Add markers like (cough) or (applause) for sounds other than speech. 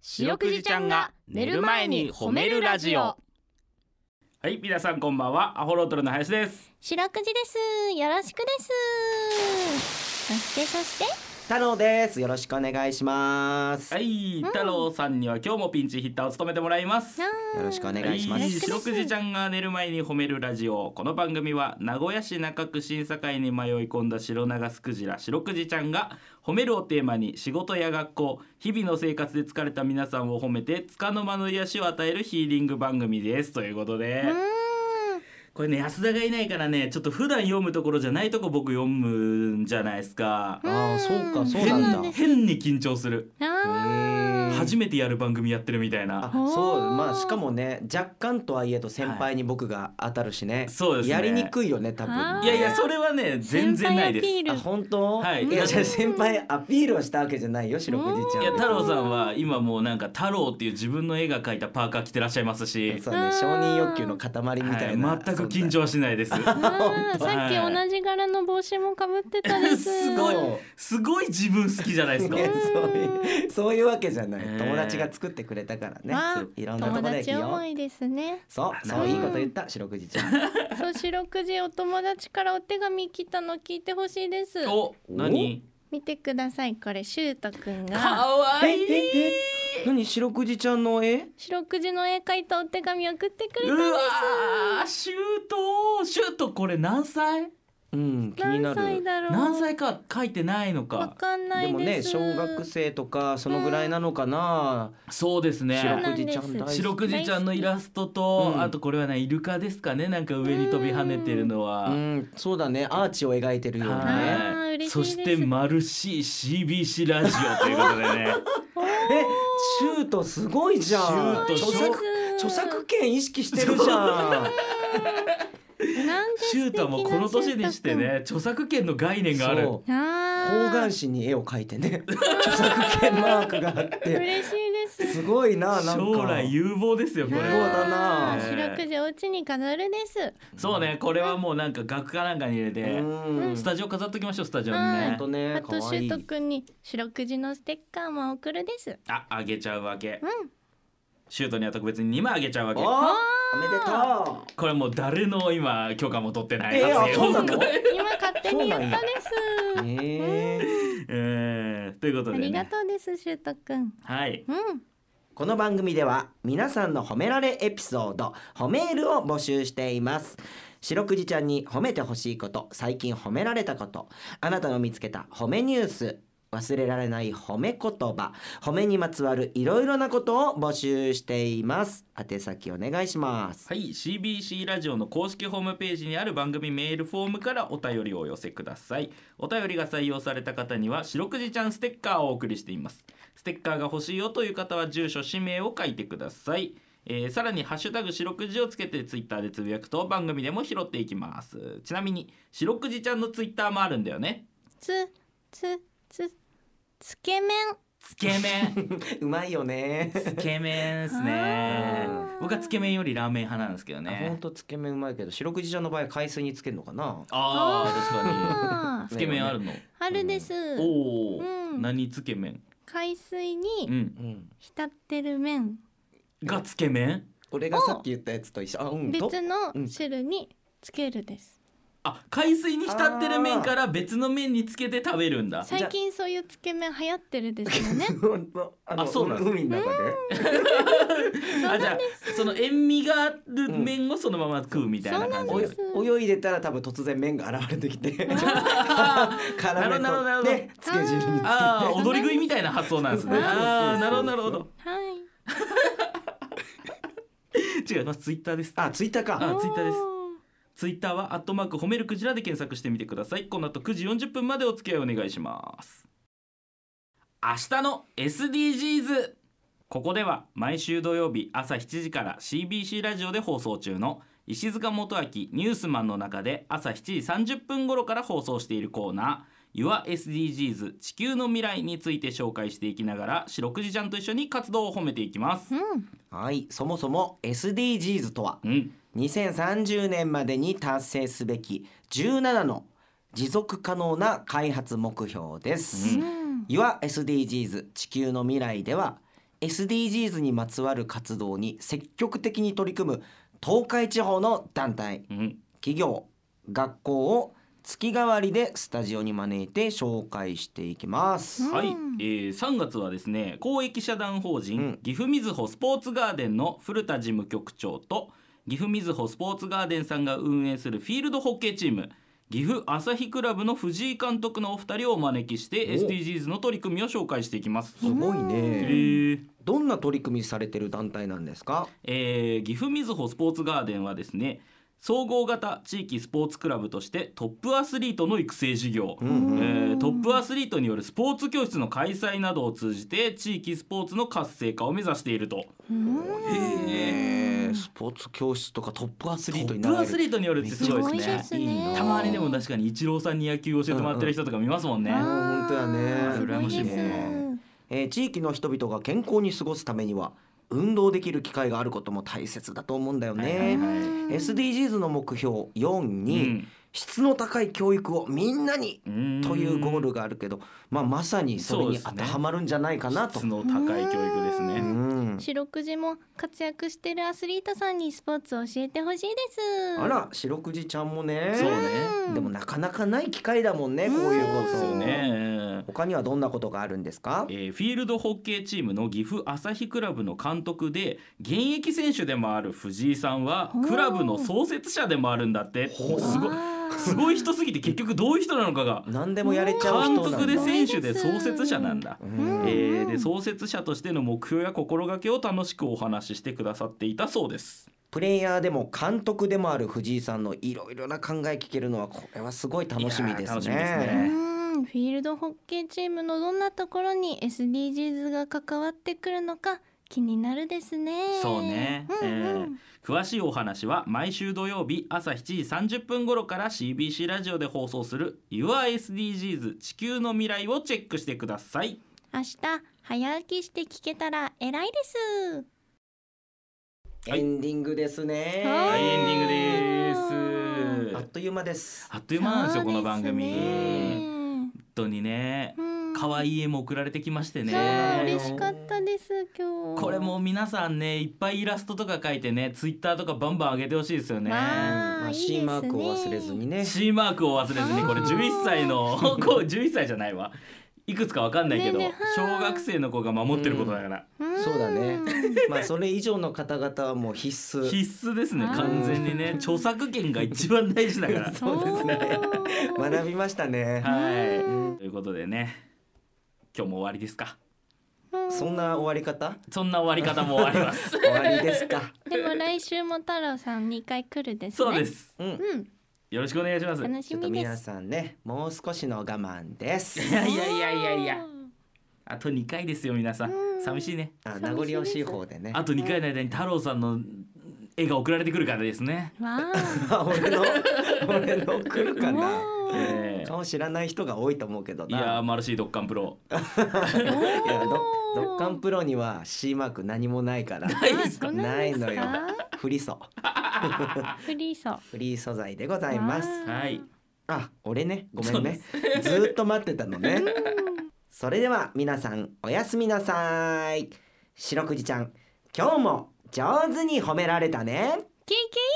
白くじちゃんが寝る前に褒めるラジオはい、皆さんこんばんは。アホロートルの林です。白くじですよろしくですそしてそして太郎です。よろしくお願いします。はい、太郎さんには今日もピンチヒッターを務めてもらいます。なはーよろしくお願いしまい、す。白くじちゃんが寝る前に褒めるラジオ。この番組は名古屋市中区審査会に迷い込んだ白長スクジラ白くじちゃんが褒めるをテーマに仕事や学校、日々の生活で疲れた皆さんを褒めて束の間の癒しを与えるヒーリング番組ですということで、うーんこれね安田がいないからね、ちょっと普段読むところじゃないとこ僕読むんじゃないですか。ああ、そうか、そう変なんだ。変に緊張する、あー初めてやる番組やってるみたいあな、そう、まあ、しかもね、若干とはいえど、先輩に僕が当たるしね。そうですねやりにくいよね、多分あ。いやいやそれはね全然ないですい先輩あ、アピール本当。はいいや、じゃ、先輩アピールをしたわけじゃないよ、白くじちゃん。や太郎さんは今もうなんか太郎っていう自分の絵が描いたパーカー着てらっしゃいますし、そうね、承認欲求の塊みたいな。はい全く緊張しないですあー当さっき同じ柄そんな帽子もかぶってたで (laughs) すすそごんいな。すごい自分好きじゃないですそうかね、そういう、 (laughs) そういうわけじゃないえ。ー友達が作ってくれたからねわあ。いろんなとこ友ろで起達用思。いですねそう、そういいこと言った、白くじちゃん。そう白くじお友達からお手紙来たの聞いてほしいですお何見てくださいこれシュートくんかがわえいいええ何白くじちゃんの絵白くじの絵描いたお手紙送ってくれたうんわでーシュートシュートこれ何歳うんす何歳だろう何歳か書いてないのわかかんないでですもね小学生とかそのぐらいなのかな、そうですねそうな白んくですじちゃん大好き白くじちゃんのイラストと、うんあとこれはねイルカですかねなんか上に飛び跳ねてるのうは。んそうだねアーチを描いてるようなねあー嬉はしいですそしてマルシー CBC ラジオということで (laughs) ねえシュートすごいじゃんシュート著作著作権意識してるじゃんなんか素シ敵なュートはもうこの年にしてね著作権の概念があるシそうュートくんあー方眼紙に絵を描いてね著作権マークがあって嬉しいですすごいななんか将来有望ですよこれ有望はだなあー白くじお家に飾るですそうねこれはもうなんか額かなんかに入れうて、んスタジオ飾っときましょうスタジオにはいねほんとねあ可とシ愛ュいートくんに白くじのステッカーも送るですああげちゃうわけ、うんシュートには特別に2枚あげちゃうわけおーおめでとこれもう誰の今許可も取ってなういえー、発あ言そうなの今勝手に言ったですえー (laughs) えーということあでりがねとうですシュートくんはいうんこの番組では皆さんの褒められエピソード褒めールを募集しています白くじちゃんに褒めてほしいこと最近褒められたことあなたの見つけた褒めニュース忘れられない褒め言葉褒めにまつわるいろいろなことを募集しています宛先お願いしますはい、CBC ラジオの公式ホームページにある番組メールフォームからお便りをお寄せくださいお便りが採用された方には白くじちゃんステッカーをお送りしていますステッカーが欲しいよという方は住所氏名を書いてください、えーさらに「ハッシュタグ白くじ」をつけてツイッターでつぶやくと番組でも拾っていきますちなみに白くじちゃんのツイッターもあるんだよねつつつつけ麺つけ麺うまいよねつけ麺ですねあー僕はつけ麺よりラーメン派なんですけどほんねとつけ麺うまいけど白くじちゃんの場合は海水につけるのかなああー確 (laughs) かにあー (laughs) つけ麺あるの、あるですおお、うん何つけ麺海水うにんうん浸ってる麺がつけ麺俺がさっき言ったやつと一緒あうんと別のうん汁につけるですあ海水に浸ってる麺から別の麺につけて食べるんだ最近そういうつけ麺流行ってるですよね (laughs) (laughs) ほんとあのあそうなんです海の中であじゃあその塩味がある麺をそのまま食うみたいな感じそうなんでですす (laughs) 泳いでたら多分突然麺が現れてきてなるほどなるほどなるほど (laughs) 絡めとってつけ汁につけてああ踊り食いみたいな発想なんですねそうそうそうそうああなるほどなるほどはい違いますツイッターですあツイッターあかツイッターですおツイッターはアットマーク褒めるクジラで検索してみてくださいこの後9時40分までお付き合いお願いします明日の SDGs ここでは毎週土曜日朝7時から CBC ラジオで放送中の石塚元明ニュースマンの中で朝7時30分頃から放送しているコーナー YourSDGs 地球の未来について紹介していきながら白くじちゃんと一緒に活動を褒めていきますーうんはいそもそも SDGs とはうん2030年までに達成すべき17の持続可能な開発目標です、うん YourSDGs 地球の未来では SDGs にまつわる活動に積極的に取り組む東海地方の団体うん、企業学校を月替わりでスタジオに招いて紹介していきます。うんはい、えー、3月はですね公益社団法人、うん岐阜みずほスポーツガーデンの古田事務局長と岐阜みずほスポーツガーデンさんが運営するフィールドホッケーチーム岐阜朝日クラブの藤井監督のお二人をお招きしてお SDGs の取り組みを紹介していきます。すごいえね。ーどんな取り組みされてる団体なんですか？えー岐阜みずほスポーツガーデンはですね総合型地域スポーツクラブとしてトップアスリートの育成事業、んえートップアスリートによるスポーツ教室の開催などを通じて地域スポーツの活性化を目指しているとへースポーツ教室とかトップアトスリートッになれプるアスリートによるってすごいめっちゃ多いでですすねねいいなたまにでも確かにイチローさんに野球を教えてもらってる人とか見ますもんね、うんうん本当やねすご羨まいしいですもんえー地域の人々が健康に過ごすためには運動できる機会があることも大切だと思うんだよね、はいはいはい SDGs の目標4に、うん質の高い教育をみんなにうんというゴールがあるけど、まあ、まさにそれに当てはまるんじゃないかなと。質の高い教育ですうねん、四六時も活躍してるアスリートさんにスポーツを教えてほしいですあら白くじちゃんもねそうねうんでもなかなかない機会だもんねこういうことそうね他にはどんなことがあるんですかえーフィールドホッケーチームの岐阜朝日クラブの監督で現役選手でもある藤井さんはおークラブの創設者でもあるんだってほうすごいわーすごい人すぎて結局どういう人なのかが何でもやれちゃう監人な督んだで選手で創設者なんだ。うんえーで創設者としての目標や心がけを楽しくお話ししてくださっていたそうです。プレイヤーでも監督でもある藤井さんのいろいろな考え聞けるのはこれはすごい楽しみいでやーす楽しみですうねね。んフィールドホッケーチームのどんなところに SDGs が関わってくるのか気になるですねそうね、うんうんえー詳しいお話は毎週土曜日朝7時30分頃から CBC ラジオで放送する「YourSDGs 地球の未来」をチェックしてください。明日早起きして聞けたら偉いですはいエンディングですね。ははい、いエンディングであっす。という間です。あっという間なんですよ、この番組。そうです本ね当にね、うん可愛い絵も送られてきましてそうね。嬉しかったです今日これも皆さんね、いっぱいイラストとか描いてね、ツイッターとかバンバン上げてほしいですよね。わまあいあいです C ねマークを忘れずにね。 C マークを忘れずにこれあー11歳の (laughs) こう11歳じゃないわいくつかわかんないけどねえねえはい小学生の子が守ってることだからんそうだね。まあそれ以上の方々はもう (laughs) 必須。必須ですねあー完全にね著作権が一番大事だから (laughs) (laughs) そうですね学びましたね。はいということでね今日も終わりですかそんな終わり方？そんな終わり方もありま (laughs) す終わりですか。でも来週も太郎さん二回来るですねそうですうん。うんよろしくお願いします楽ちしょっとみで皆すさんね、もう少しの我慢です。いやいやいやいやいやあと2回ですよ皆さん寂しいねあ、名残惜しい方でね。あと2回の間に太郎さんの絵が送られてくるからですねわあ俺の (laughs) 俺の来るかあな。えー顔知らない人が多いと思うけどいな。やーマルシードッカンプロいやどドッカンプロには C マーク何もないから。ないですかあそうなんですか (laughs) ないのよ。フリ素、フリーソフリー素材でございます。はいあ、俺ね、ごめんね。ずーっと待ってたのね。それでは皆さんおやすみなさい。白くじちゃん、今日も上手に褒められたね。キンキン